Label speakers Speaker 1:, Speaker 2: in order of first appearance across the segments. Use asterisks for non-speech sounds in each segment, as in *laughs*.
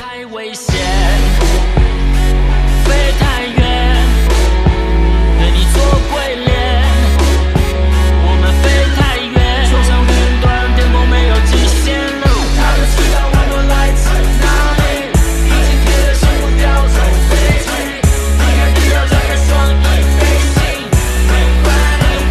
Speaker 1: 太危险，飞太远，对你做鬼脸。我们飞太远，冲向云端，天空没有极限。路，他们知道温暖来自哪里，已经贴着幸福标准飞去。离开地球，张开双翼飞行，很快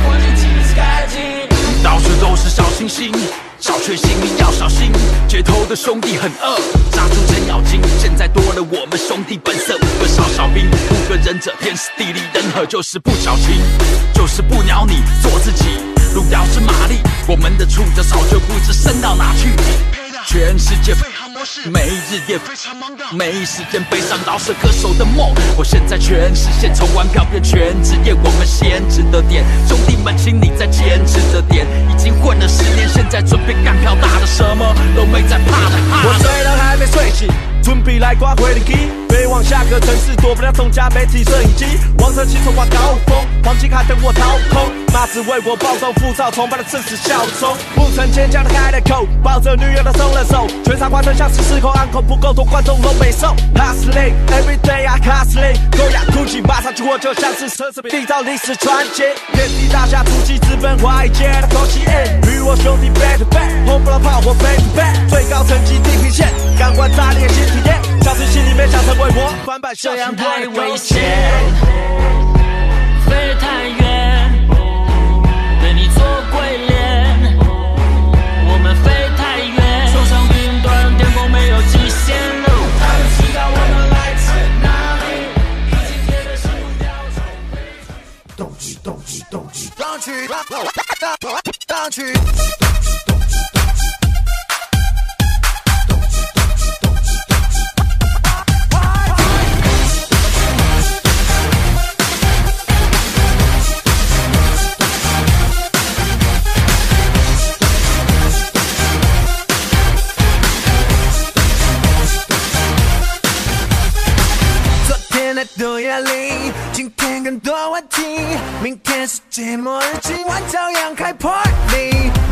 Speaker 1: 我已经开进。
Speaker 2: 到处都是小星星，小确幸你要小心。街头的兄弟很饿，杀猪程咬金。现在多了我们兄弟本色，五个少小兵，五个忍者，天时地利人和，就是不矫情，就是不鸟你，做自己。路遥知马力，我们的触角早就不知伸到哪去。全世界飞航模式，没日夜非常忙的，没时间悲伤饶舌歌手的梦。我现在全实现，从玩票变全职业，我们先值得点。兄弟们，请你再坚持着点，已经混了十年，现在准备干票大的，什么都没在怕的。怕
Speaker 3: 我
Speaker 2: 的
Speaker 3: 醉了还没睡醒，准备来刮回灵机。飞往下个城市，躲不了众家媒体摄影机。王者骑手挂高峰，黄金卡等我掏空。妈子为我暴动，浮躁崇拜的赤子效忠。不曾坚强的开了口，抱着女友的松了手。全场观众像是失控，暗口不够多，观众都没送。Hustling every day I hustling，高雅哭泣，马上去我就像是奢侈品，缔造历史传奇。遍地大侠，足迹直奔华尔街的高息。与我兄弟 back to back，轰不了炮火 back to back，最高层级地平线，感官炸裂新体验。小时心里面想成为我，翻版
Speaker 1: 这
Speaker 3: 校
Speaker 1: 样
Speaker 3: 园
Speaker 1: 太危险
Speaker 3: 险。，
Speaker 1: 飞太远，对你做鬼脸。我们飞太远，冲上云端，天空没有极限。路，他们知道我们来自哪里，已经贴着幸福标准。
Speaker 4: 昨天的多压力，今天更多问题，明天世界末日，今晚照样开 party。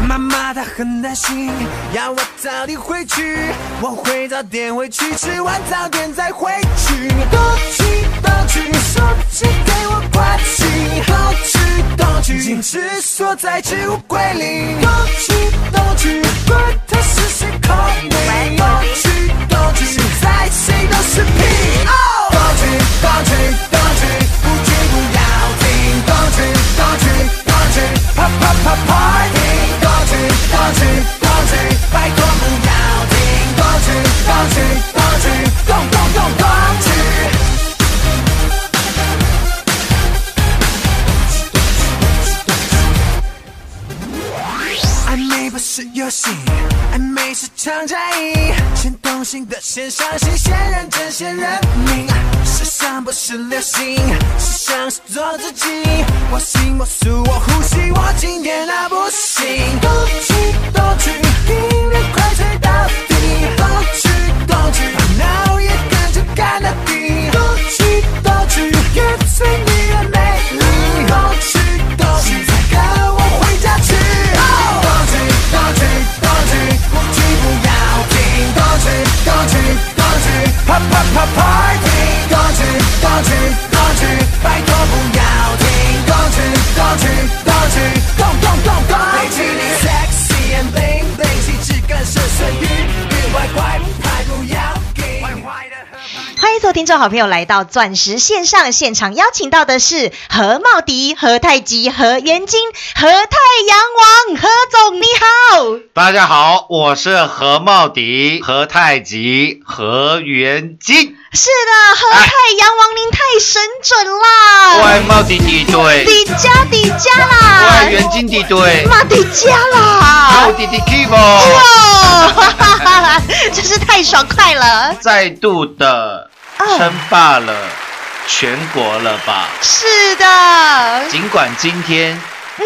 Speaker 4: 妈妈她很担心，要我早点回去，我会早点回去，吃完早点再回去。东去东去，手机给我关机。东去东去，坚持锁在置物柜里。东去东去，管他是谁 call me。东去东去，现在谁都是屁。哦东去东去东去，不去不要停。东去东去东去，啪啪啪 party。东去东去东去，拜托不要停。东去东去东去，咚咚咚咚去。暧昧不是游戏，暧昧是场战役。先动心的先伤心，先认真先认命。时尚不是流行，时尚是做自己。我行我素我呼吸，我今天那不行。动去动去，音乐快吹到底。动去动去，烦恼也跟着干到底。动去动去，也随你的美丽。动去动去，现在跟我回家去。动去动去动去，不去不要停。动去动去动去，啪啪啪 party。动去动去动去，拜托不要停。动去动去动去，动动动动去。Sexy and bling bling，气质更是神韵，韵坏坏还不要紧。坏坏的很。
Speaker 5: 欢迎所有听众好朋友来到钻石线上现场，邀请到的是何茂迪、何太极、何元金、何太阳王何总，你好。
Speaker 6: 大家好，我是何茂迪、何太极、何元金。
Speaker 5: 是的，何太阳王您太神准啦，
Speaker 6: 外茂迪敌对，
Speaker 5: 底加底加啦
Speaker 6: 外，元金敌对，
Speaker 5: 妈底加啦啊
Speaker 6: 奥，迪迪
Speaker 5: *laughs*
Speaker 6: keep
Speaker 5: 哇，哈哈哈哈，真是太爽快了。
Speaker 6: 再度的称霸了全国了吧？
Speaker 5: 是的，啊
Speaker 6: 尽管今天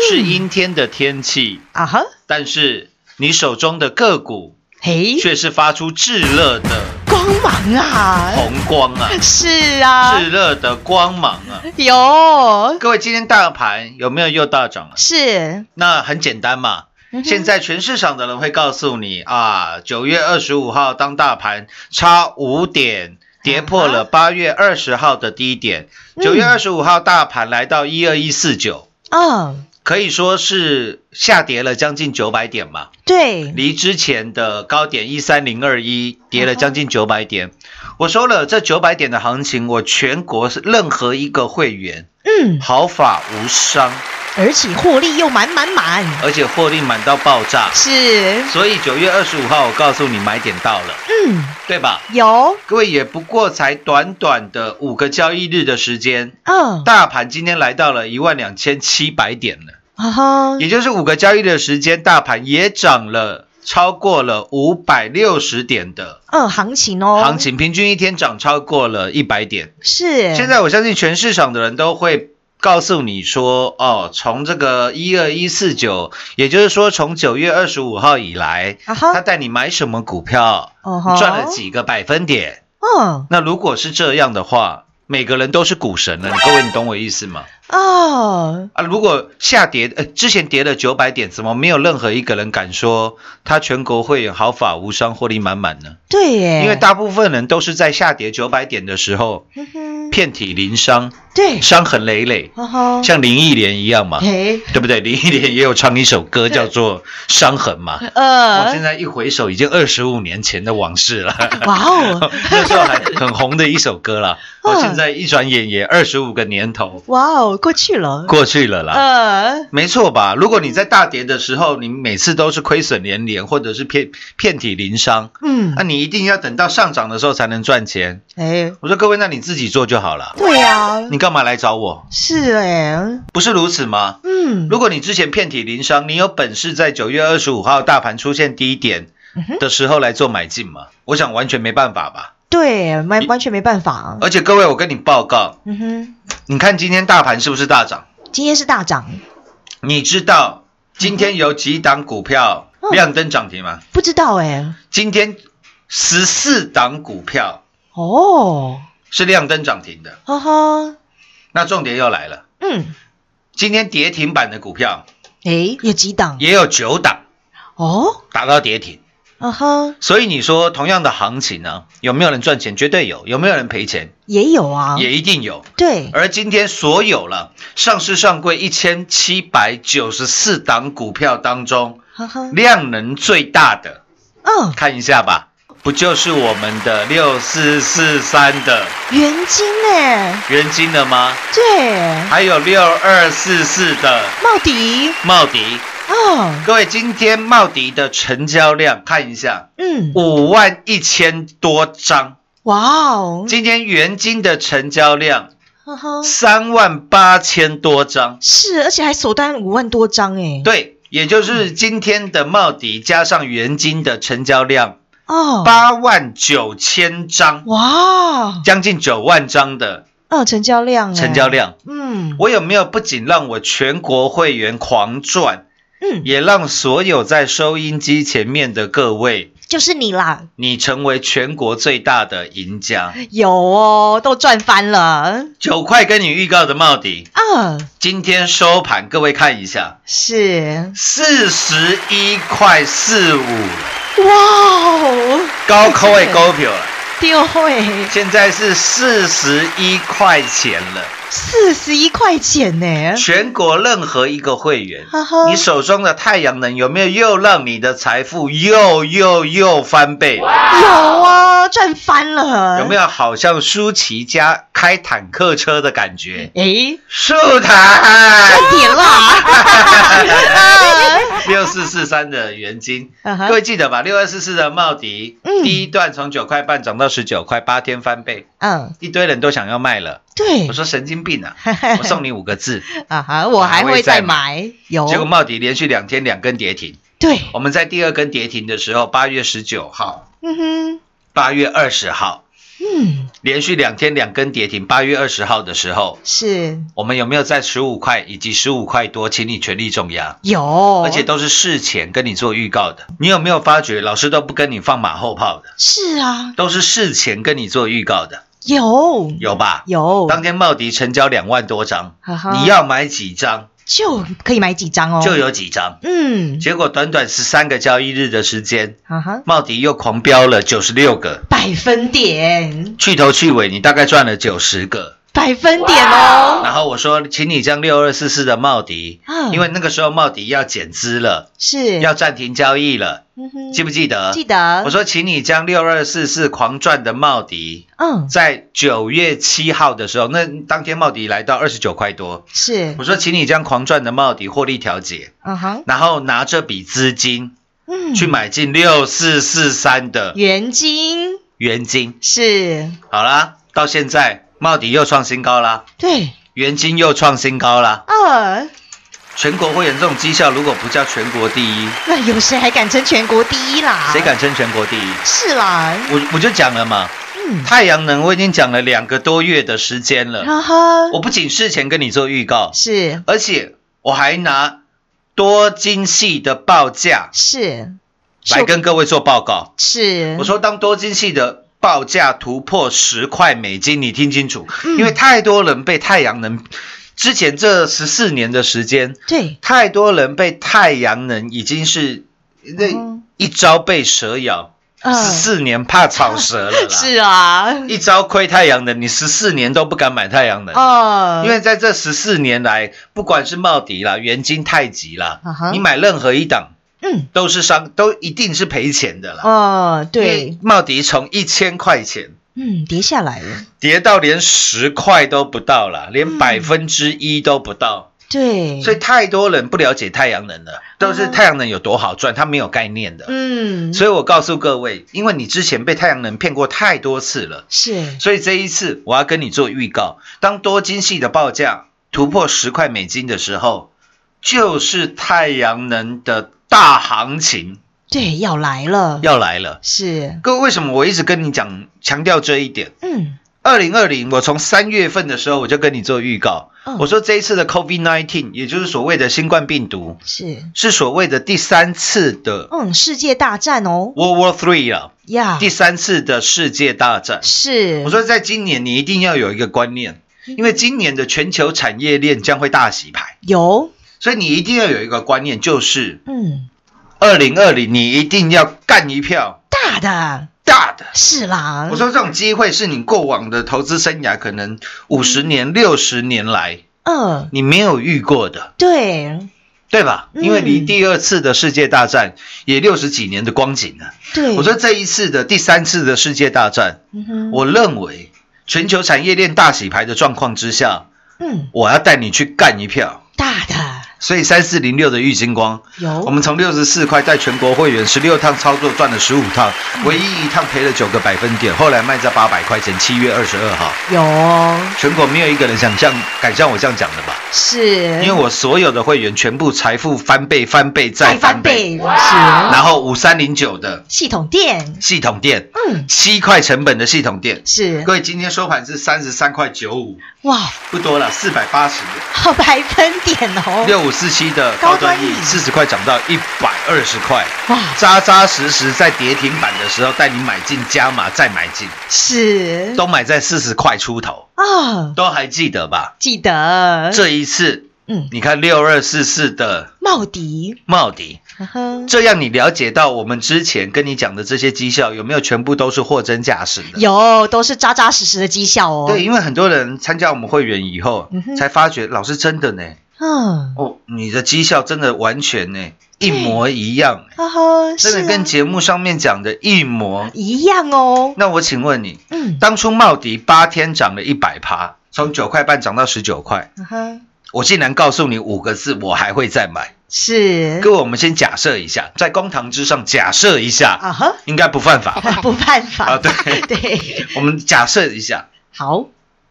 Speaker 6: 是阴天的天气，
Speaker 5: 哈，
Speaker 6: 但是你手中的个股
Speaker 5: 嘿，
Speaker 6: 却是发出炙热的
Speaker 5: 光芒啊，
Speaker 6: 红光啊，
Speaker 5: 是啊，
Speaker 6: 炙热的光芒啊！
Speaker 5: 有
Speaker 6: 各位，今天大盘有没有又大涨了？
Speaker 5: 是，
Speaker 6: 那很简单嘛。
Speaker 5: 嗯哼
Speaker 6: 现在全市场的人会告诉你啊，九月二十五号当大盘差五点跌破了八月二十号的低点，
Speaker 5: 啊嗯
Speaker 6: 九月二十五号大盘来到一二一四九，
Speaker 5: 嗯，
Speaker 6: 可以说是下跌了将近九百点嘛，
Speaker 5: 对，
Speaker 6: 离之前的高点一三零二一跌了将近九百点。我说了，这九百点的行情，我全国是任何一个会员
Speaker 5: 嗯，
Speaker 6: 毫发无伤，
Speaker 5: 而且获利又满满满，
Speaker 6: 而且获利满到爆炸。
Speaker 5: 是，
Speaker 6: 所以九月二十五号，我告诉你买点到了，
Speaker 5: 嗯，
Speaker 6: 对吧？
Speaker 5: 有，
Speaker 6: 各位也不过才短短的五个交易日的时间，
Speaker 5: 嗯，
Speaker 6: 大盘今天来到了一万两千七百点了，
Speaker 5: 啊哈，
Speaker 6: 也就是五个交易日的时间，大盘也涨了超过了五百六十点的
Speaker 5: 嗯，行情哦，
Speaker 6: 行情，平均一天涨超过了一百点。
Speaker 5: 是，
Speaker 6: 现在我相信全市场的人都会。告诉你说哦，从这个一二一四九，也就是说从九月二十五号以来，
Speaker 5: 啊
Speaker 6: 他
Speaker 5: 哈，
Speaker 6: 带你买什么股票，
Speaker 5: 哦吼
Speaker 6: 赚了几个百分点。
Speaker 5: 嗯，
Speaker 6: 那如果是这样的话，每个人都是股神了，各位你懂我意思吗？
Speaker 5: 哦，
Speaker 6: 啊，如果下跌，呃，之前跌了九百点，怎么没有任何一个人敢说他全国会员毫发无伤、获利满满呢？
Speaker 5: 对耶，
Speaker 6: 因为大部分人都是在下跌九百点的时候
Speaker 5: 嗯哼，
Speaker 6: 遍体鳞伤，
Speaker 5: 对，哦
Speaker 6: 伤痕累累，
Speaker 5: 哈哈，
Speaker 6: 像林忆莲一样嘛，
Speaker 5: 嘿，
Speaker 6: 对不对？林忆莲也有唱一首歌叫做《伤痕》嘛。我现
Speaker 5: 呃，
Speaker 6: 在一回首，已经二十五年前的往事了。
Speaker 5: 哇哦，
Speaker 6: *laughs* 那时候还很红的一首歌
Speaker 5: *laughs*
Speaker 6: 啦。
Speaker 5: 嗯
Speaker 6: 我现在一转眼也二十五个年头
Speaker 5: 哇哦，过去了，
Speaker 6: 过去了啦。
Speaker 5: 呃，
Speaker 6: 没错吧？如果你在大跌的时候，你每次都是亏损连连，或者是遍遍体鳞伤，
Speaker 5: 嗯
Speaker 6: 那、，你一定要等到上涨的时候才能赚钱。
Speaker 5: 哎，
Speaker 6: 我说各位，那你自己做就好了，
Speaker 5: 对呀，
Speaker 6: 你干嘛来找我？
Speaker 5: 是哎，
Speaker 6: 不是如此吗？
Speaker 5: 嗯，
Speaker 6: 如果你之前遍体鳞伤，你有本事在九月二十五号大盘出现低点
Speaker 5: 嗯哼
Speaker 6: 的时候来做买进吗？我想完全没办法吧。
Speaker 5: 对，完完全没办法，
Speaker 6: 而且各位，我跟你报告，
Speaker 5: 嗯哼，
Speaker 6: 你看今天大盘是不是大涨？
Speaker 5: 今天是大涨，
Speaker 6: 你知道今天有几档股票
Speaker 5: 嗯
Speaker 6: 亮灯涨停吗？
Speaker 5: 不知道哎，
Speaker 6: 今天十四档股票
Speaker 5: 哦，
Speaker 6: 是亮灯涨停的。
Speaker 5: 哈哈，
Speaker 6: 那重点又来了，
Speaker 5: 嗯，
Speaker 6: 今天跌停板的股票
Speaker 5: 哎，有几档，
Speaker 6: 也有九档
Speaker 5: 哦，
Speaker 6: 打到跌停。
Speaker 5: 啊哈，
Speaker 6: 所以你说同样的行情呢、有没有人赚钱？绝对有。有没有人赔钱？
Speaker 5: 也有啊，
Speaker 6: 也一定有。
Speaker 5: 对，
Speaker 6: 而今天所有了上市上柜一千七百九十四档股票当中，
Speaker 5: 哈哈，
Speaker 6: 量能最大的
Speaker 5: 嗯，
Speaker 6: 看一下吧，不就是我们的六四四三的
Speaker 5: 元金哎，
Speaker 6: 元金的吗？
Speaker 5: 对，
Speaker 6: 还有六二四四的
Speaker 5: 茂迪，
Speaker 6: 茂迪。
Speaker 5: 哦，
Speaker 6: 各位，今天茂迪的成交量看一下，
Speaker 5: 嗯，
Speaker 6: 五万一千多张。
Speaker 5: 哇哦，
Speaker 6: 今天元金的成交量
Speaker 5: 哈哈，
Speaker 6: 三万八千多张，
Speaker 5: 是，而且还首单五万多张哎，，
Speaker 6: 对，也就是今天的茂迪加上元金的成交量
Speaker 5: 哦，，
Speaker 6: 八万九千张，
Speaker 5: 哇，
Speaker 6: 将近九万张的
Speaker 5: 哦，成交量，
Speaker 6: 成交，量。
Speaker 5: 嗯，
Speaker 6: 我有没有不仅让我全国会员狂赚，
Speaker 5: 嗯，
Speaker 6: 也让所有在收音机前面的各位，
Speaker 5: 就是你啦，
Speaker 6: 你成为全国最大的赢家？
Speaker 5: 有哦，都赚翻了，
Speaker 6: 九块跟你预告的茂迪，
Speaker 5: 啊，
Speaker 6: 今天收盘，各位看一下，
Speaker 5: 是，
Speaker 6: 四十一块四五，
Speaker 5: 哇哦，
Speaker 6: 高扣位高票了，
Speaker 5: 丢会
Speaker 6: 现在是四十一块钱了。
Speaker 5: 四十一块钱呢，
Speaker 6: 全国任何一个会员
Speaker 5: 呵呵，
Speaker 6: 你手中的太阳能有没有又让你的财富又又又翻倍？
Speaker 5: 有啊，赚翻了，
Speaker 6: 有没
Speaker 5: 有？
Speaker 6: 有好像舒淇家开坦克车的感觉？
Speaker 5: 哎，
Speaker 6: 速坦
Speaker 5: 快点
Speaker 6: 啊
Speaker 5: 嗯啦！
Speaker 6: 六四四三的元金，
Speaker 5: 啊哈
Speaker 6: 各位记得吧？六二四四的茂迪
Speaker 5: 嗯，
Speaker 6: 第一段从九块半涨到十九块，八天翻倍，
Speaker 5: 嗯，
Speaker 6: 一堆人都想要卖了。
Speaker 5: 对
Speaker 6: 我，说神经病啊！我送你五个字，
Speaker 5: 啊哈，我还会再买，有，
Speaker 6: 结果茂迪连续两天两根跌停。
Speaker 5: 对，
Speaker 6: 我们在第二根跌停的时候，八月十九号、
Speaker 5: 嗯哼，
Speaker 6: 八月二十号，
Speaker 5: 嗯，
Speaker 6: 连续两天两根跌停，八月二十号的时候，
Speaker 5: 是
Speaker 6: 我们有没有在十五块以及十五块多，请你全力重压？
Speaker 5: 有，
Speaker 6: 而且都是事前跟你做预告的，你有没有发觉老师都不跟你放马后炮的，
Speaker 5: 是啊，
Speaker 6: 都是事前跟你做预告的，
Speaker 5: 有
Speaker 6: 有吧？
Speaker 5: 有，
Speaker 6: 当天茂迪成交两万多张，
Speaker 5: 哈哈
Speaker 6: 你要买几张
Speaker 5: 就可以买几张哦，
Speaker 6: 就有几张。
Speaker 5: 嗯，
Speaker 6: 结果短短十三个交易日的时间，
Speaker 5: 哈哈，
Speaker 6: 茂迪又狂飙了九十六个，
Speaker 5: 百分点，
Speaker 6: 去头去尾你大概赚了九十个。
Speaker 5: 百分点哦，
Speaker 6: 然后我说，请你将六二四四的茂迪
Speaker 5: 嗯，
Speaker 6: 因为那个时候茂迪要减资了，
Speaker 5: 是
Speaker 6: 要暂停交易了，
Speaker 5: 嗯哼
Speaker 6: 记不记得？
Speaker 5: 记得
Speaker 6: 我说，请你将六二四四狂赚的茂迪，
Speaker 5: 嗯，
Speaker 6: 在九月七号的时候，那当天茂迪来到二十九块多，
Speaker 5: 是
Speaker 6: 我，说，请你将狂赚的茂迪获利调节，
Speaker 5: 嗯哼，
Speaker 6: 然后拿这笔资金
Speaker 5: 嗯，
Speaker 6: 去买进六四四三的
Speaker 5: 原金
Speaker 6: 元金。
Speaker 5: 是，
Speaker 6: 好啦，到现在茂迪又创新高啦，
Speaker 5: 对，
Speaker 6: 元金又创新高啦。
Speaker 5: 二，
Speaker 6: 全国会员这种绩效，如果不叫全国第一，
Speaker 5: 那有谁还敢称全国第一啦？
Speaker 6: 谁？敢称全国第一？
Speaker 5: 是啦，
Speaker 6: 我我就讲了嘛，
Speaker 5: 嗯，
Speaker 6: 太阳能我已经讲了两个多月的时间了。
Speaker 5: 哈哈， *laughs*
Speaker 6: 我不仅事前跟你做预告，
Speaker 5: 是
Speaker 6: 而且我还拿多精细的报价
Speaker 5: 是，嗯
Speaker 6: 来
Speaker 5: 秀
Speaker 6: 跟各位做报告。
Speaker 5: 是，
Speaker 6: 我说，当多精细的报价突破十块美金，你听清楚，
Speaker 5: 嗯
Speaker 6: 因为太多人被太阳能之前这十四年的时间，
Speaker 5: 对，
Speaker 6: 太多人被太阳能已经是那
Speaker 5: 嗯
Speaker 6: 一朝被蛇咬，
Speaker 5: 嗯
Speaker 6: 十四年怕草蛇了啦。
Speaker 5: 是啊，
Speaker 6: 一朝亏太阳能，你十四年都不敢买太阳能。
Speaker 5: 哦，
Speaker 6: 因为在这十四年来，不管是茂迪啦、元金、太极啦
Speaker 5: 啊哈
Speaker 6: 你买任何一档
Speaker 5: 嗯，
Speaker 6: 都是伤，都一定是赔钱的啦。
Speaker 5: 哦，
Speaker 6: 因为
Speaker 5: 对，
Speaker 6: 茂迪从一千块钱
Speaker 5: 嗯，跌下来了，
Speaker 6: 跌到连十块都不到啦，连
Speaker 5: 嗯
Speaker 6: 百分之一都不到。
Speaker 5: 对，
Speaker 6: 所以太多人不了解太阳能了，都是太阳能有多好赚，他没有概念的。
Speaker 5: 啊嗯，
Speaker 6: 所以我告诉各位，因为你之前被太阳能骗过太多次了，
Speaker 5: 是
Speaker 6: 所以这一次我要跟你做预告：当多精细的报价突破十块美金的时候，就是太阳能的大行情
Speaker 5: 对，要来了，
Speaker 6: 要来了。
Speaker 5: 是，
Speaker 6: 各位，为什么我一直跟你讲强调这一点？
Speaker 5: 嗯，
Speaker 6: 二零二零，我从三月份的时候我就跟你做预告，
Speaker 5: 嗯
Speaker 6: 我说这一次的 COVID nineteen，也就是所谓的新冠病毒，
Speaker 5: 是，
Speaker 6: 是所谓的第三次的
Speaker 5: 嗯，世界大战哦，
Speaker 6: World War Three 啊，
Speaker 5: 呀，
Speaker 6: 第三次的世界大战。
Speaker 5: 是，
Speaker 6: 我说，在今年你一定要有一个观念，因为今年的全球产业链将会大洗牌，
Speaker 5: 有，
Speaker 6: 所以你一定要有一个观念，就是
Speaker 5: 嗯，
Speaker 6: 二零二零你一定要干一票
Speaker 5: 大的
Speaker 6: 大的。
Speaker 5: 是啦，
Speaker 6: 我说，这种机会是你过往的投资生涯可能五十年、六十年来
Speaker 5: 嗯，
Speaker 6: 你没有遇过的，
Speaker 5: 对
Speaker 6: 对吧？
Speaker 5: 嗯
Speaker 6: 因为离第二次的世界大战也六十几年的光景了。
Speaker 5: 对，
Speaker 6: 我说这一次的第三次的世界大战，
Speaker 5: 嗯哼，
Speaker 6: 我认为全球产业链大洗牌的状况之下，
Speaker 5: 嗯，
Speaker 6: 我要带你去干一票。
Speaker 5: 大的
Speaker 6: 所以三四零六的玉金光，
Speaker 5: 有，
Speaker 6: 我们从六十四块带全国会员十六趟操作赚了十五趟，唯一一趟赔了九个百分点，后来卖在八百块钱。七月二十二号，
Speaker 5: 有
Speaker 6: 全国没有一个人想像敢像我这样讲的吧？
Speaker 5: 是，
Speaker 6: 因为我所有的会员全部财富翻倍、翻倍再哦翻倍。哦
Speaker 5: 是
Speaker 6: 然后五三零九的
Speaker 5: 系统店，
Speaker 6: 系统店，
Speaker 5: 嗯，
Speaker 6: 七块成本的系统店，
Speaker 5: 是
Speaker 6: 各位，今天收盘是三十三块九五，
Speaker 5: 哇，
Speaker 6: 不多了，四百八十元。
Speaker 5: 好百分点哦，
Speaker 6: 六五四七的高端 E 四十块涨到一百二十块，
Speaker 5: 哇，
Speaker 6: 扎扎实实在跌停板的时候带你买进加码再买进，
Speaker 5: 是
Speaker 6: 都买在四十块出头，
Speaker 5: 啊，
Speaker 6: 都还记得吧？
Speaker 5: 记得，
Speaker 6: 这一次，
Speaker 5: 嗯，
Speaker 6: 你看六二四四的
Speaker 5: 茂迪，嗯
Speaker 6: 茂迪，
Speaker 5: 呵呵，
Speaker 6: 这样你了解到我们之前跟你讲的这些绩效有没有全部都是货真价实的？
Speaker 5: 有都是扎扎实实的绩效哦，
Speaker 6: 对，，因为很多人参加我们会员以后
Speaker 5: 嗯哼，
Speaker 6: 才发觉老师真的呢，
Speaker 5: 嗯，
Speaker 6: 哦，你的绩效真的完全呢一模一样，
Speaker 5: 呵呵，哦
Speaker 6: 真
Speaker 5: 是
Speaker 6: 的
Speaker 5: 啊
Speaker 6: 跟节目上面讲的一模。
Speaker 5: 一样哦，
Speaker 6: 那我请问你，
Speaker 5: 嗯，
Speaker 6: 当初茂迪八天涨了一百趴，从九块半涨到十九块，
Speaker 5: 呵呵，
Speaker 6: 我竟然告诉你五个字，我还会再买。
Speaker 5: 是
Speaker 6: 各位，我们先假设一下，在公堂之上假设一下，
Speaker 5: 啊哈， *laughs*
Speaker 6: 应该不犯法吧？
Speaker 5: 不办法，
Speaker 6: 啊
Speaker 5: *laughs*
Speaker 6: 对
Speaker 5: 对，
Speaker 6: 我们假设一下，
Speaker 5: 好，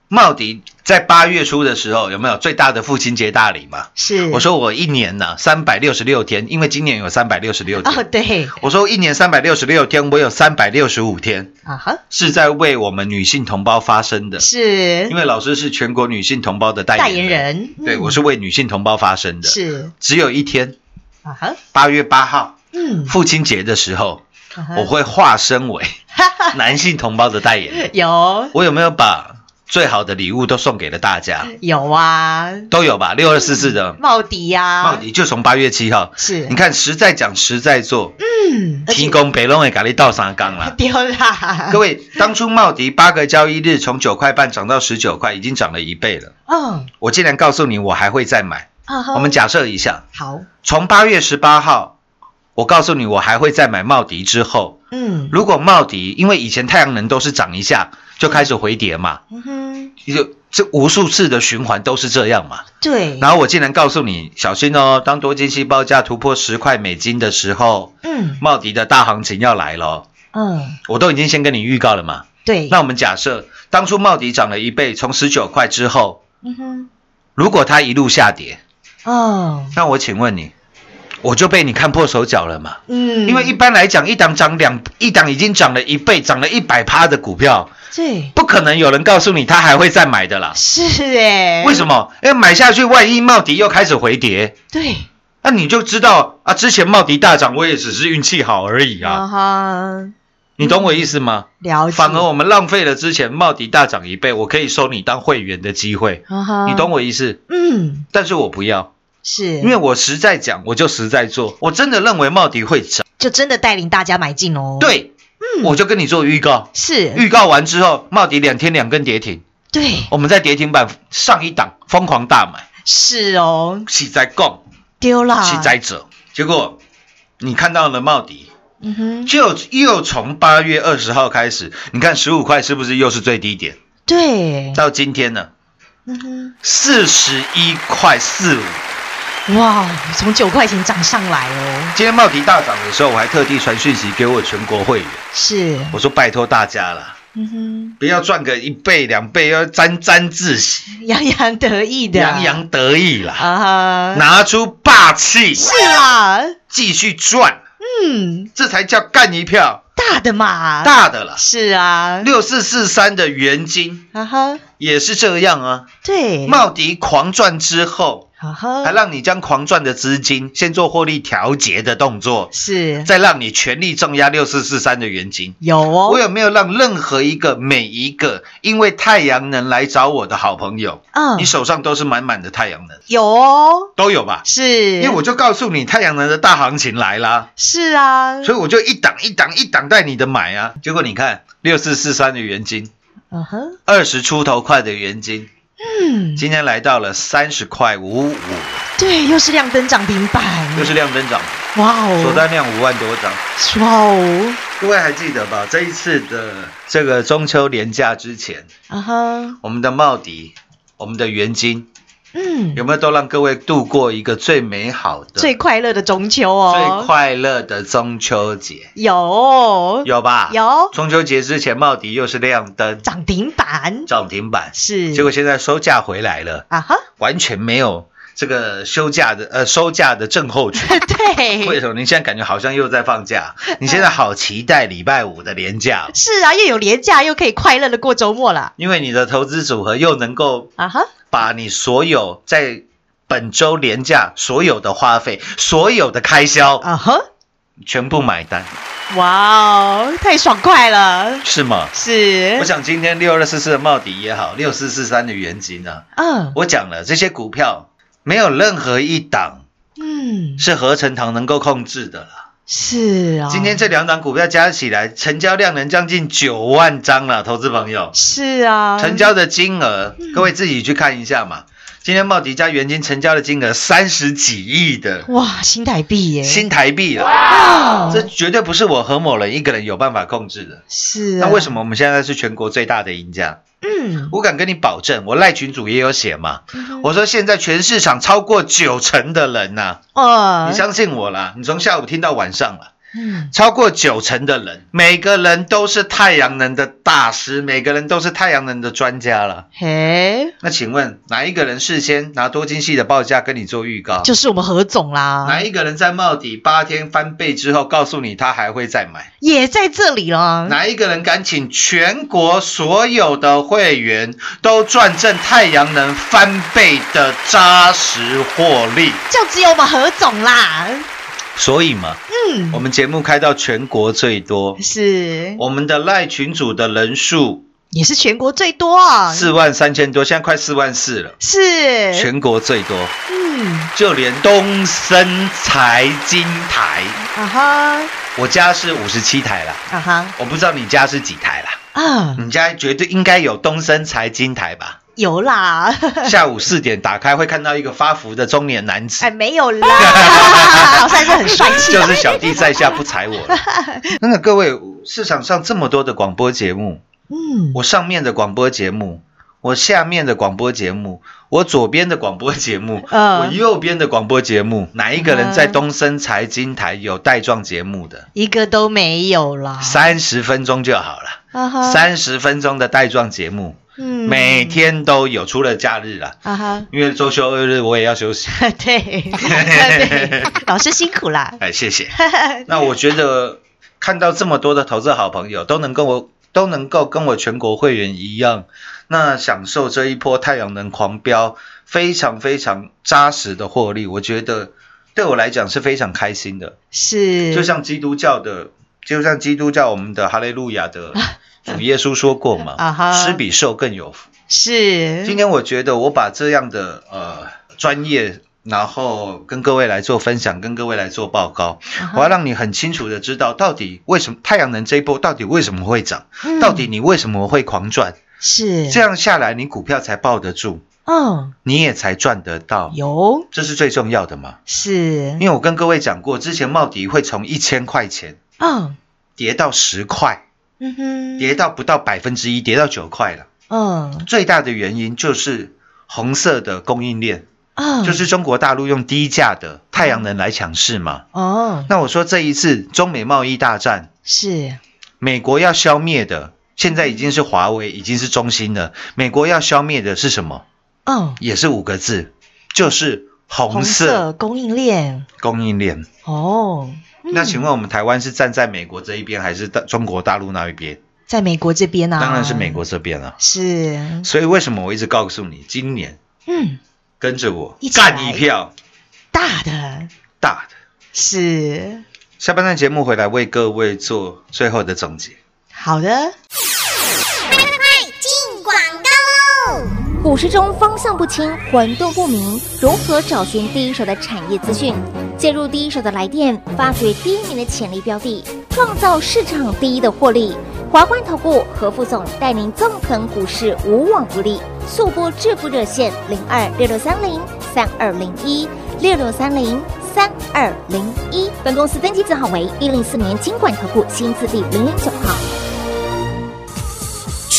Speaker 6: 茂迪在八月初的时候有没有最大的父亲节大礼嘛？
Speaker 5: 是，
Speaker 6: 我说我一年呢三百六十六天，因为今年有三百六十六
Speaker 5: *laughs*
Speaker 6: 天。
Speaker 5: 哦，对，
Speaker 6: 我说一年三百六十六天，我有三百六十五天
Speaker 5: 啊哈，
Speaker 6: 是在为我们女性同胞发声的，
Speaker 5: 是
Speaker 6: 因为老师是全国女性同胞的代
Speaker 5: 代
Speaker 6: 言
Speaker 5: 言
Speaker 6: 人。
Speaker 5: 人，
Speaker 6: 对，
Speaker 5: 嗯
Speaker 6: 我是为女性同胞发声的。，
Speaker 5: 是
Speaker 6: 只有一天，
Speaker 5: 啊哈，
Speaker 6: 八月八号
Speaker 5: 嗯，
Speaker 6: 父亲节的时候，
Speaker 5: 啊哈
Speaker 6: 我会化身
Speaker 5: *laughs*
Speaker 6: 为男性同胞的代言人。
Speaker 5: 有
Speaker 6: 我有没有把最好的礼物都送给了大家？
Speaker 5: 有啊，
Speaker 6: 都有吧？六二四四的
Speaker 5: 茂迪呀，
Speaker 6: 茂迪就从八月七号，
Speaker 5: 嗯是
Speaker 6: 你，看实在讲实在做，
Speaker 5: 嗯，而且。
Speaker 6: 提供北龙的咖喱倒三缸
Speaker 5: *laughs*
Speaker 6: 啦
Speaker 5: 啊丢啦，
Speaker 6: 啊各，位，当初茂迪八个交易日从九块半涨到十九块，已经涨了一倍了。
Speaker 5: 嗯，
Speaker 6: 我竟然告诉你，我还会再买。
Speaker 5: 啊哈，
Speaker 6: 我们假设一下，
Speaker 5: 好，
Speaker 6: 从八月十八号，我告诉你我还会再买茂迪之后，
Speaker 5: 嗯，
Speaker 6: 如果茂迪因为以前太阳能都是涨一下就开始回跌嘛，
Speaker 5: 嗯哼，
Speaker 6: 就这无数次的循环都是这样嘛。
Speaker 5: 对，
Speaker 6: 然后我竟然告诉你小心哦，当多晶系报价突破十块美金的时候，
Speaker 5: 嗯
Speaker 6: 茂迪的大行情要来了，
Speaker 5: 嗯，
Speaker 6: 我都已经先跟你预告了嘛。
Speaker 5: 对，
Speaker 6: 那我们假设当初茂迪涨了一倍，从十九块之后，
Speaker 5: 嗯哼，
Speaker 6: 如果它一路下跌，
Speaker 5: 哦，
Speaker 6: 那我请问你，我就被你看破手脚了嘛？
Speaker 5: 嗯，
Speaker 6: 因为一般来讲，一档涨两，一档已经涨了一倍，涨了一百趴的股票，
Speaker 5: 对
Speaker 6: 不可能有人告诉你他还会再买的啦。
Speaker 5: 是哎，
Speaker 6: 为什？么？因为买下去，万一茂迪又开始回跌，
Speaker 5: 对
Speaker 6: 那你就知道啊，之前茂迪大涨，我也只是运气好而已
Speaker 5: 啊
Speaker 6: 啊。
Speaker 5: 哈，
Speaker 6: 你懂我意思吗？
Speaker 5: 了解，
Speaker 6: 反而我们浪费了之前茂迪大涨一倍，我可以收你当会员的机会，
Speaker 5: 啊哈，
Speaker 6: 你懂我意思？
Speaker 5: 嗯，
Speaker 6: 但是我不要，
Speaker 5: 是，
Speaker 6: 因为我实在讲，我就实在做，我真的认为茂迪会涨，
Speaker 5: 就真的带领大家买进哦。，
Speaker 6: 对，嗯我就跟你做预告。
Speaker 5: 是，
Speaker 6: 预告完之后，茂迪两天两根跌停，
Speaker 5: 对，
Speaker 6: 我们在跌停板上一档疯狂大买，
Speaker 5: 是哦，
Speaker 6: 起在供，
Speaker 5: 丢啦，
Speaker 6: 起在者，结果你看到了茂迪，
Speaker 5: 嗯哼，
Speaker 6: 就又从八月二十号开始，你看十五块是不是又是最低点？
Speaker 5: 对，
Speaker 6: 到今天呢，
Speaker 5: 嗯
Speaker 6: 四十一块四五。
Speaker 5: 哼，哇，从九块钱涨上来哦，
Speaker 6: 今天茂迪大涨的时候，我还特地传讯息给我全国会员，
Speaker 5: 是，
Speaker 6: 我说拜托大家了，
Speaker 5: 嗯
Speaker 6: 不要赚个一倍两倍，要沾沾自喜，
Speaker 5: 哼，洋洋得意的，
Speaker 6: 洋洋得意啦，
Speaker 5: 啊哈，
Speaker 6: 拿出霸气。
Speaker 5: 是啦，
Speaker 6: 继续赚，
Speaker 5: 嗯，
Speaker 6: 这才叫干一票
Speaker 5: 大的嘛，
Speaker 6: 大的了。
Speaker 5: 是啊，
Speaker 6: 六四四三的元金
Speaker 5: 啊哈，
Speaker 6: 也是这样啊，
Speaker 5: 对，
Speaker 6: 茂迪狂赚之后，
Speaker 5: 啊哈
Speaker 6: 还，让你将狂赚的资金先做获利调节的动作，
Speaker 5: 是
Speaker 6: 再让你全力重压六四四三的元金。
Speaker 5: 有
Speaker 6: 我
Speaker 5: 哦，
Speaker 6: 有没有让任何一个每一个因为太阳能来找我的好朋友，
Speaker 5: 嗯
Speaker 6: 你，手上都是满满的太阳能，
Speaker 5: 有哦，
Speaker 6: 都有吧？
Speaker 5: 是，
Speaker 6: 因为我就告诉你，太阳能的大行情来啦。
Speaker 5: 是啊，
Speaker 6: 所以我就一档一档一档带你的买啊。结果你看，六四四三的原金，
Speaker 5: 嗯哼，
Speaker 6: 二十出头块的原金，
Speaker 5: 嗯，
Speaker 6: 今天来到了三十块五五，
Speaker 5: 对，又是亮灯涨停板，
Speaker 6: 又是量增长，
Speaker 5: 哇
Speaker 6: 锁
Speaker 5: 哦，
Speaker 6: 单量五万多张。
Speaker 5: 哇哦，
Speaker 6: 各位还记得吧？这一次的这个中秋连假之前，
Speaker 5: 啊哈，
Speaker 6: 我们的茂迪。我们的原金
Speaker 5: 嗯，
Speaker 6: 有没有都让各位度过一个最美好的、
Speaker 5: 最快乐的中秋哦，
Speaker 6: 最快乐的中秋节？
Speaker 5: 有
Speaker 6: 有吧？。
Speaker 5: 有
Speaker 6: 中秋节之前，茂迪又是亮灯
Speaker 5: 涨停板
Speaker 6: 涨停板，
Speaker 5: 是，
Speaker 6: 结果现在收假回来了，
Speaker 5: 啊哈，
Speaker 6: 完全没有这个休假的呃收假的症
Speaker 5: *laughs*
Speaker 6: 候群。为
Speaker 5: 对，
Speaker 6: 什么？您现在感觉好像又在放假？你现在好期待礼拜五的连假哦，
Speaker 5: 是啊，又有廉价，又可以快乐的过周末了，
Speaker 6: 因为你的投资组合又能够
Speaker 5: 啊哈，
Speaker 6: 把你所有在本周连假所有的花费、所有的开销
Speaker 5: 啊哈，
Speaker 6: 全部买单，
Speaker 5: 哇哦，太爽快了，
Speaker 6: 是吗？
Speaker 5: 是
Speaker 6: 我，想今天六二四四的茂迪也好，六四四三的元金啊，
Speaker 5: 嗯
Speaker 6: 我讲了这些股票没有任何一档
Speaker 5: 嗯，
Speaker 6: 是合成堂能够控制的啦。
Speaker 5: 是啊，
Speaker 6: 今天这两档股票加起来，成交量能将近九万张了，投资朋友，
Speaker 5: 是啊，
Speaker 6: 成交的金额，各位自己去看一下嘛。今天茂迪加元金成交的金额三十几亿的
Speaker 5: 哇，新台币耶，
Speaker 6: 新台币了，
Speaker 5: 啊
Speaker 6: 这绝对不是我何某人一个人有办法控制的。
Speaker 5: 是啊，
Speaker 6: 那为什
Speaker 5: 么？
Speaker 6: 么我们现在是全国最大的赢家？
Speaker 5: 嗯，
Speaker 6: 我敢跟你保证，我赖群主也有写嘛。我说现在全市场超过九成的人呐、
Speaker 5: 呃
Speaker 6: 你，相信我啦，你从下午听到晚上了，
Speaker 5: 嗯，
Speaker 6: 超过九成的人，每个人都是太阳能的大师，每个人都是太阳能的专家了。
Speaker 5: 嘿，
Speaker 6: 那请问哪一个人事先拿多晶系的报价跟你做预告？
Speaker 5: 就是我啊们何总啦
Speaker 6: 哪，一个人在帽底八天翻倍之后告诉你他还会再买？
Speaker 5: 也在这里啦。
Speaker 6: 哪一个人敢请全国所有的会员都赚正太阳能翻倍的扎实获利？
Speaker 5: 就只有我们何总啦。
Speaker 6: 所以嘛，
Speaker 5: 嗯，
Speaker 6: 我们节目开到全国最多，
Speaker 5: 是
Speaker 6: 我们的赖群组的人数
Speaker 5: 也是全国最多啊，
Speaker 6: 四万三千多，现在快四万四了，
Speaker 5: 是，
Speaker 6: 全国最多，
Speaker 5: 嗯
Speaker 6: 就连东森财经台，
Speaker 5: 啊哈
Speaker 6: 我家是五十七台啦，
Speaker 5: 啊哈
Speaker 6: 我不知道你家是几台啦，
Speaker 5: 啊，
Speaker 6: 你家绝对应该有东森财经台吧？
Speaker 5: *laughs* 有啦，
Speaker 6: 下午四点打开会看到一个发福的中年男子
Speaker 5: 哎，， *laughs* 没有啦，我算是很帅气
Speaker 6: 就
Speaker 5: 啦，
Speaker 6: 是小弟在下不踩我了。 *laughs* 那个各位，市场上这么多的广播节目，
Speaker 5: 嗯，
Speaker 6: 我上面的广播节目，我下面的广播节目，我左边的广播节目，
Speaker 5: *laughs* 嗯
Speaker 6: 我右边的广播节目，哪一个人在东森财经台有带状节目的？
Speaker 5: 一个都没有啦，
Speaker 6: 三十分钟就好了，
Speaker 5: 啊哈，
Speaker 6: 三十分钟的带状节目，
Speaker 5: 嗯
Speaker 6: 每天都有，除了假日啦，
Speaker 5: 啊
Speaker 6: *laughs*
Speaker 5: 哈，
Speaker 6: 因为周休二日我也要休息。 *laughs*
Speaker 5: 对对，老师辛苦啦， *laughs*
Speaker 6: 哎，谢谢。那我觉得看到这么多的投资好朋友都能跟我都能够跟我全国会员一样，那享受这一波太阳能狂飙，非常非常扎实的获利，我觉得对我来讲是非常开心的。
Speaker 5: 是，
Speaker 6: 就像基督教的，就像基督教我们的哈利路亚
Speaker 5: *laughs*
Speaker 6: 的主耶稣说过
Speaker 5: 啊
Speaker 6: 嘛，
Speaker 5: 哈
Speaker 6: 施比受更有福。
Speaker 5: 是
Speaker 6: 今天我觉得我把这样的呃专业，然后跟各位来做分享，跟各位来做报告，
Speaker 5: 啊
Speaker 6: 我要让你很清楚的知道到底为什么太阳能这一波到底为什么会涨，
Speaker 5: 嗯
Speaker 6: 到底你为什么会狂赚，
Speaker 5: 是
Speaker 6: 这样下来你股票才抱得住，
Speaker 5: 嗯，
Speaker 6: 你也才赚得到，
Speaker 5: 有嗯
Speaker 6: 这是最重要的嘛。
Speaker 5: 是
Speaker 6: 因为我跟各位讲过，之前茂迪会从一千块钱
Speaker 5: 嗯
Speaker 6: 跌到十块，
Speaker 5: 嗯哼，
Speaker 6: 跌到不到百分之一，跌到九块了。
Speaker 5: 嗯
Speaker 6: 最大的原因就是红色的供应链。
Speaker 5: 嗯，
Speaker 6: 就是中国大陆用低价的太阳能来抢市嘛。
Speaker 5: 哦
Speaker 6: 那我说这一次中美贸易大战，
Speaker 5: 是
Speaker 6: 美国要消灭的，现在已经是华为，已经是中兴了。美国要消灭的是什么？
Speaker 5: 嗯，
Speaker 6: 也是五个字，就是红
Speaker 5: 红
Speaker 6: 色
Speaker 5: 色供应链
Speaker 6: 供应链。
Speaker 5: 哦，
Speaker 6: 那请
Speaker 5: 嗯
Speaker 6: 问我们台湾是站在美国这一边，还是大中国大陆那一边？
Speaker 5: 在美国这边啊，
Speaker 6: 当然是美国这边了、
Speaker 5: 是
Speaker 6: 所以为什么我一直告诉你，今年
Speaker 5: 嗯
Speaker 6: 跟着我
Speaker 5: 一起来
Speaker 6: 干一票
Speaker 5: 大的
Speaker 6: 大的。
Speaker 5: 是
Speaker 6: 下半段节目回来为各位做最后的总结。
Speaker 5: 好的，
Speaker 7: 进广告喽！股市中方向不清、混沌不明，如何找寻第一手的产业资讯？介入第一手的来电，发掘第一名的潜力标的，创造市场第一的获利。华冠投顾何副总带领纵横股市，无往不利。速播致富热线零二六六三零三二零一六六三零三二零一。本公司登记字号为一零四年经管投顾新字第零零九号。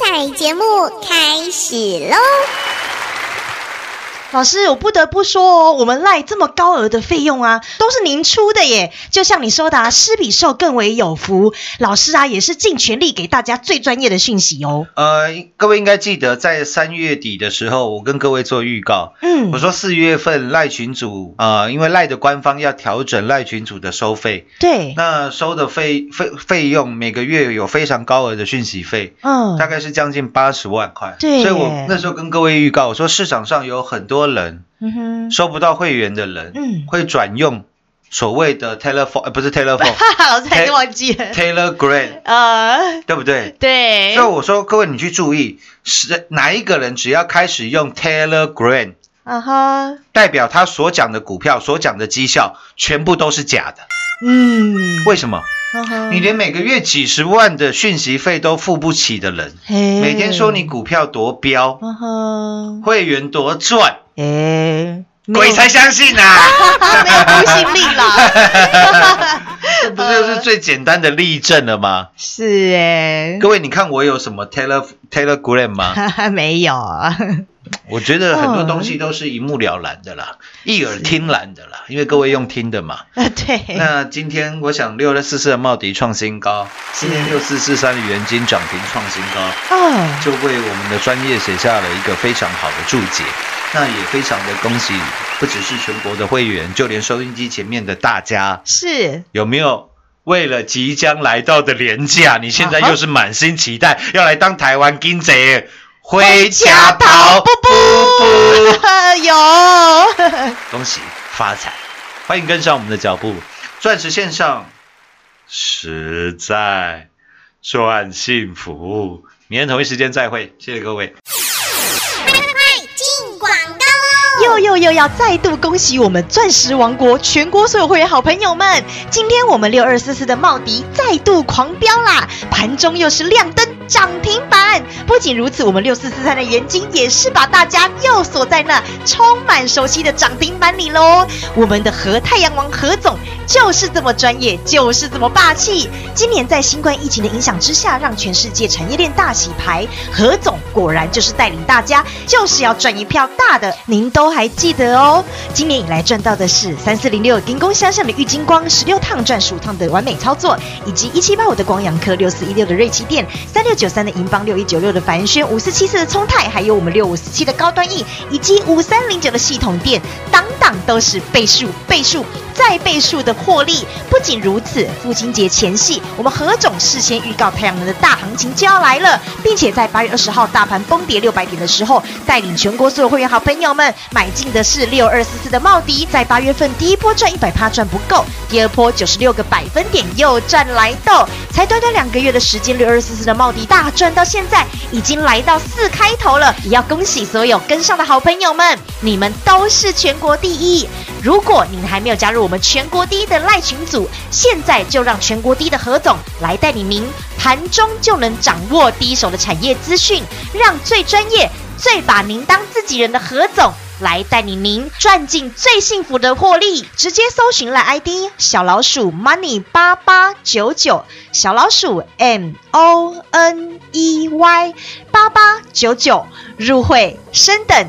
Speaker 7: 彩节目开始喽！
Speaker 5: 老师，我不得不说哦，我们赖这么高额的费用啊，都是您出的耶。就像你说的、啊，施比受更为有福。老师啊，也是尽全力给大家最专业的讯息哦。
Speaker 6: 呃，各位应该记得，在三月底的时候，我跟各位做预告，
Speaker 5: 嗯，
Speaker 6: 我说四月份赖群主啊、呃因为赖的官方要调整赖群主的收费，
Speaker 5: 对，
Speaker 6: 那收的费费费用每个月有非常高额的讯息费，
Speaker 5: 嗯
Speaker 6: 大，概是将近八十万块。
Speaker 5: 对
Speaker 6: 所以我那时候跟各位预告，我说市场上有很多人
Speaker 5: 嗯哼， *laughs*
Speaker 6: 收不到会员的人，
Speaker 5: 嗯
Speaker 6: 会转用所谓的 telephone，呃，不是
Speaker 5: *laughs*
Speaker 6: telephone，telegram，
Speaker 5: 哈哈，老师还是忘记
Speaker 6: *laughs*
Speaker 5: 了，呃，
Speaker 6: 对不对？
Speaker 5: 对
Speaker 6: 所以，我说，各位你去注意，是哪一个人只要开始用 Telegram，
Speaker 5: 啊哈，
Speaker 6: 代表他所讲的股票、所讲的绩效全部都是假的。
Speaker 5: 嗯，
Speaker 6: 为什么？
Speaker 5: 呵呵
Speaker 6: 你连每个月几十万的讯息费都付不起的人，
Speaker 5: 嘿
Speaker 6: 每天说你股票多飙，
Speaker 5: 呵呵，
Speaker 6: 会员多赚，
Speaker 5: 哎、没有
Speaker 6: 鬼才相信啊！
Speaker 5: 没有公信力啦。
Speaker 6: 这 *laughs* 不就是最简单的例证了吗？
Speaker 5: *laughs* 嗯是哎、
Speaker 6: 各位，你看我有什么 Tele Telegram 吗？
Speaker 5: 欸， *laughs* 没有啊，
Speaker 6: 我觉得很多东西都是一目了然的啦，一耳听然的啦，因为各位用听的嘛。
Speaker 5: *laughs* 对，
Speaker 6: 那今天我想六六四四的茂迪创新高，今天六四四三的元金涨停创新高，
Speaker 5: 嗯，
Speaker 6: 就为我们的专业写下了一个非常好的注解。那也非常的恭喜，不只是全国的会员，就连收音机前面的大家，
Speaker 5: 是
Speaker 6: 有没有？为了即将来到的廉价，你现在又是满心期待要来当台湾金贼，回家跑
Speaker 5: 不
Speaker 6: 不不。
Speaker 5: 不 *laughs* 有，
Speaker 6: 恭喜发财！欢迎跟上我们的脚步，钻石线上实在赚幸福。明天同一时间再会，谢谢各位。
Speaker 7: 进广告喽！
Speaker 5: 又又又要再度恭喜我们钻石王国全国所有会员好朋友们！今天我们六二四四的茂迪再度狂飙啦，盘中又是亮灯涨停板。不仅如此，我们六四四三的元金也是把大家又锁在那充满熟悉的涨停板里喽。我们的何太阳王何总就是这么专业，就是这么霸气。今年在新冠疫情的影响之下，让全世界产业链大洗牌，何总果然就是带领大家，就是要赚一票大的。您都还记得哦？今年以来赚到的是三四零六金工山上的玉金光十六趟赚十五趟的完美操作，以及一七八五的光阳科、六四一六的瑞奇店、三六九三的银邦、六一九六的凡轩、五四七四的聪泰，还有我们六五四七的高端 E，以及五三零九的系统店，档档都是倍数、倍数再倍数的获利。不仅如此，父亲节前夕，我们何总事先预告太阳能的大行情就要来了，并且在八月二十号大盘崩跌六百点的时候，带领全国所有会员好朋友们买进的是六二四四的茂迪，在八月份第一波赚一百趴赚不够，第二波九十六个百分点又赚来豆，才短短两个月的时间，六二四四的茂迪大赚到现在已经来到四开头了，也要恭喜所有跟上的好朋友们，你们都是全国第一。如果您还没有加入我们全国第一的赖群组，现在就让全国第一的何总来带你明盘中就能掌握第一手的产业资讯，让最专业、最把您当自己人的何总。来带领您赚进最幸福的获利，直接搜寻了 ID 小老鼠 money 八八九九，小老鼠 m o n e y 八八九九入会升等。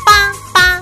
Speaker 7: 八八